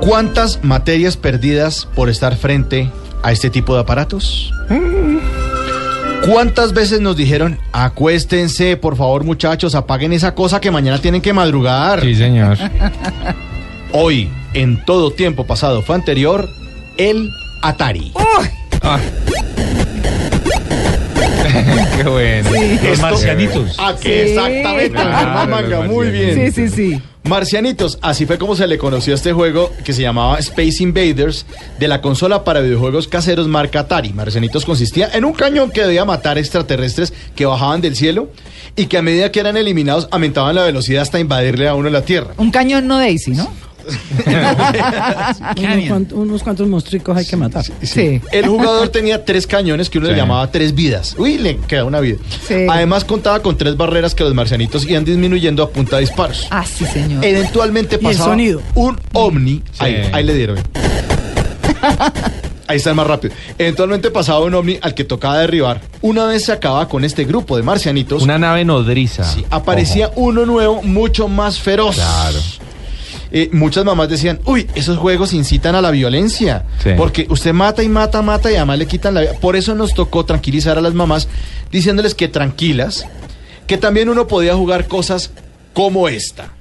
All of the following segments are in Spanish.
¿Cuántas materias perdidas por estar frente a este tipo de aparatos? ¿Cuántas veces nos dijeron, acuéstense, por favor muchachos, apaguen esa cosa que mañana tienen que madrugar? Sí, señor. Hoy, en todo tiempo pasado fue anterior, el Atari. Qué bueno. Esto- marcianitos. Ah, que exactamente, Germán Manga, los muy bien. Sí, sí, sí. Marcianitos, así fue como se le conoció a este juego que se llamaba Space Invaders de la consola para videojuegos caseros marca Atari. Marcianitos consistía en un cañón que debía matar extraterrestres que bajaban del cielo y que a medida que eran eliminados aumentaban la velocidad hasta invadirle a uno la Tierra. Un cañón no Daisy, ¿no? Unos, cuant- unos cuantos monstruos hay que matar. Sí. El jugador tenía tres cañones que uno le Sí. llamaba tres vidas. Uy, le queda una vida. Sí. Además contaba con tres barreras que los marcianitos iban disminuyendo a punta de disparos. Ah, sí, señor. Eh, Eventualmente Y el pasaba sonido. un ovni. Ahí, ahí le dieron. Ahí está el más rápido. Eventualmente pasaba un ovni al que tocaba derribar. Una vez se acababa con este grupo de marcianitos, Una nave nodriza. sí, aparecía uno nuevo mucho más feroz. Claro. Eh, muchas mamás decían, uy, esos juegos incitan a la violencia. Sí. Porque usted mata y mata, mata y además le quitan la vida. Por eso nos tocó tranquilizar a las mamás diciéndoles que tranquilas, que también uno podía jugar cosas como esta.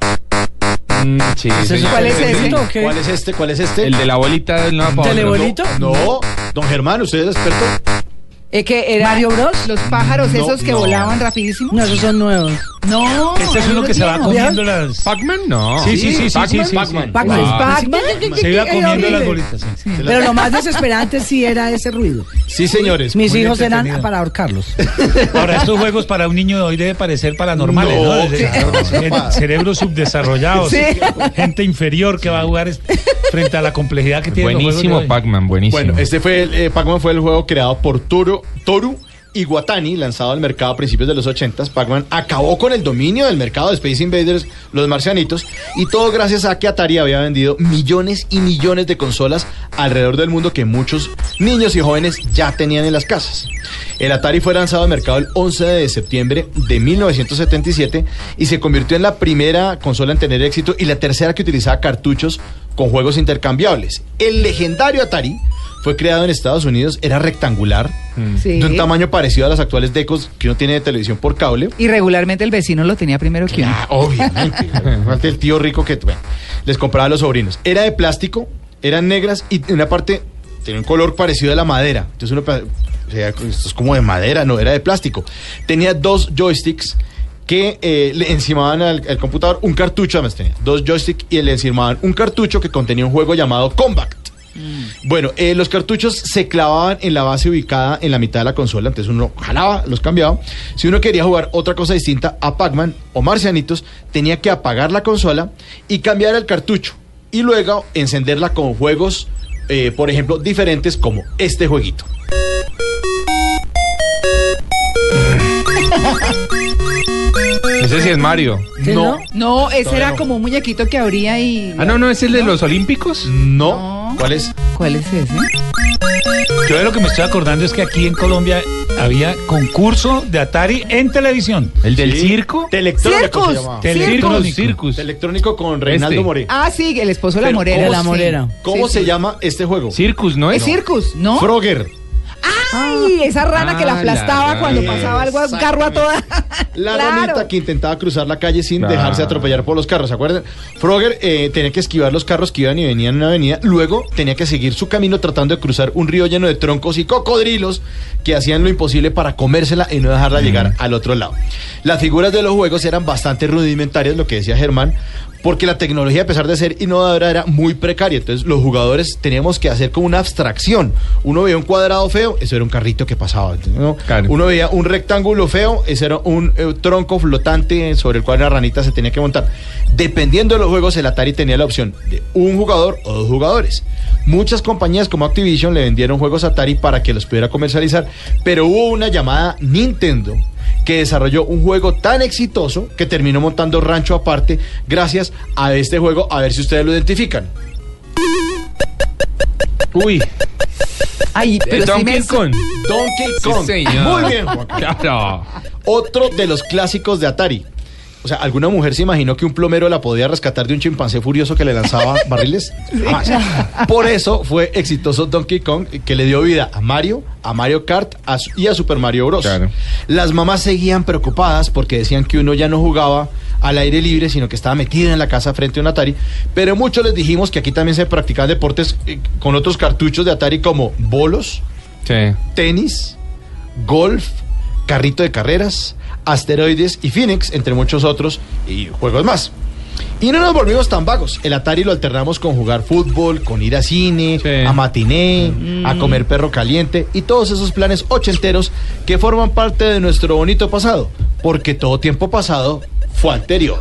Ojo. Mm, sí, señor. ¿Cuál es ese? ¿Listo o qué? ¿Cuál es este? ¿Cuál es este? El de la bolita del nuevo ¿Telebolito? No, don Germán, usted es experto. Es que era ¿Mario Bros? Los pájaros No, esos que no. volaban rapidísimo. No, esos son nuevos. No. Este es ahí uno lo que se va tiene. comiendo las. Pac-Man, no. Sí, sí, sí, sí, sí, Pac-Man, sí, Pac-Man. sí. Los Ah. Pac-Man. Se iba comiendo las Horrible. bolitas. sí. Pero lo más desesperante sí era ese ruido. Sí, señores. Mis Muy hijos eran entretenido. para ahorcarlos. Ahora, estos juegos para un niño de hoy debe parecer paranormales, No, ¿no? Desde- claro. cere- Cerebros subdesarrollados, Sí. gente inferior que va a jugar es- frente a la complejidad que tiene Buenísimo, Pac-Man, buenísimo. Bueno, este fue el, eh, Pac-Man fue el juego creado por Toru, Toru Iwatani, lanzado al mercado a principios de los 80. Pac-Man acabó con el dominio del mercado de Space Invaders, los marcianitos, y todo gracias a que Atari había vendido millones y millones de consolas alrededor del mundo que muchos niños y jóvenes ya tenían en las casas. El Atari fue lanzado al mercado el 11 de septiembre de 1977 y se convirtió en la primera consola en tener éxito y la tercera que utilizaba cartuchos con juegos intercambiables. El legendario Atari fue creado en Estados Unidos, era rectangular, Sí. de un tamaño parecido a las actuales decos que uno tiene de televisión por cable. Y regularmente el vecino lo tenía primero que uno. Ah, obviamente, falta el tío rico que bueno, les compraba a los sobrinos. Era de plástico, eran negras y una parte tenía un color parecido a la madera. Entonces uno pe- o sea, esto es como de madera, no, era de plástico. Tenía dos joysticks que eh, le encimaban al, al computador un cartucho, además tenía dos joysticks y le encimaban un cartucho que contenía un juego llamado Combat. Bueno, eh, los cartuchos se clavaban en la base ubicada en la mitad de la consola, entonces uno jalaba, los cambiaba. Si uno quería jugar otra cosa distinta a Pac-Man o Marcianitos, tenía que apagar la consola y cambiar el cartucho y luego encenderla con juegos, eh, por ejemplo, diferentes como este jueguito. Ese sí es Mario. ¿Sí, no? No, ese Todavía era no. como un muñequito que abría y. Ah, no, no, ese es el de los Olímpicos. No, No. ¿cuál es? ¿Cuál es ese? Yo de lo que me estoy acordando es que aquí en Colombia había concurso de Atari en televisión. El del Sí. circo. Telectrónico. se Circus. llamaba. Circo. Circus. Circus. Circus. Telectrónico con Reinaldo Este. Moreno. Ah, sí, el esposo de la Pero, morera. ¿cómo La sí? Morera. ¿Cómo Sí, se sí. llama este juego? Circus, ¿no Es es? circus, ¿no? Frogger. Ay, esa rana que Ah, la la aplastaba rana. cuando pasaba algo, un carro a toda. La Claro. ranita que intentaba cruzar la calle sin Claro. dejarse atropellar por los carros, ¿se acuerdan? Frogger eh, tenía que esquivar los carros que iban y venían en una avenida, luego tenía que seguir su camino tratando de cruzar un río lleno de troncos y cocodrilos que hacían lo imposible para comérsela y no dejarla llegar al otro lado. Las figuras de los juegos eran bastante rudimentarias, lo que decía Germán, porque la tecnología, a pesar de ser innovadora, era muy precaria. Entonces, los jugadores teníamos que hacer como una abstracción. Uno veía un cuadrado feo, eso era un carrito que pasaba. ¿no? Claro. Uno veía un rectángulo feo, ese era un eh, tronco flotante sobre el cual la ranita se tenía que montar. Dependiendo de los juegos, el Atari tenía la opción de un jugador o dos jugadores. Muchas compañías como Activision le vendieron juegos a Atari para que los pudiera comercializar, pero hubo una llamada Nintendo que desarrolló un juego tan exitoso que terminó montando rancho aparte gracias a este juego, a ver si ustedes lo identifican. Uy, Ay, pero sí me- Donkey Kong. Donkey Kong. señor. Muy bien, Juan Carlos. Claro. Otro de los clásicos de Atari. O sea, ¿alguna mujer se imaginó que un plomero la podía rescatar de un chimpancé furioso que le lanzaba barriles? Jamás. Por eso fue exitoso Donkey Kong, que le dio vida a Mario, a Mario Kart a su- y a Super Mario Bros. Claro. Las mamás seguían preocupadas porque decían que uno ya no jugaba al aire libre, sino que estaba metida en la casa frente a un Atari. Pero muchos les dijimos que aquí también se practicaban deportes eh, con otros cartuchos de Atari como bolos, Sí. tenis, golf, carrito de carreras, asteroides y Phoenix, entre muchos otros, y juegos más. Y no nos volvimos tan vagos. El Atari lo alternamos con jugar fútbol, con ir a cine, Sí. a matiné, a comer perro caliente y todos esos planes ochenteros que forman parte de nuestro bonito pasado, porque todo tiempo pasado fue anterior.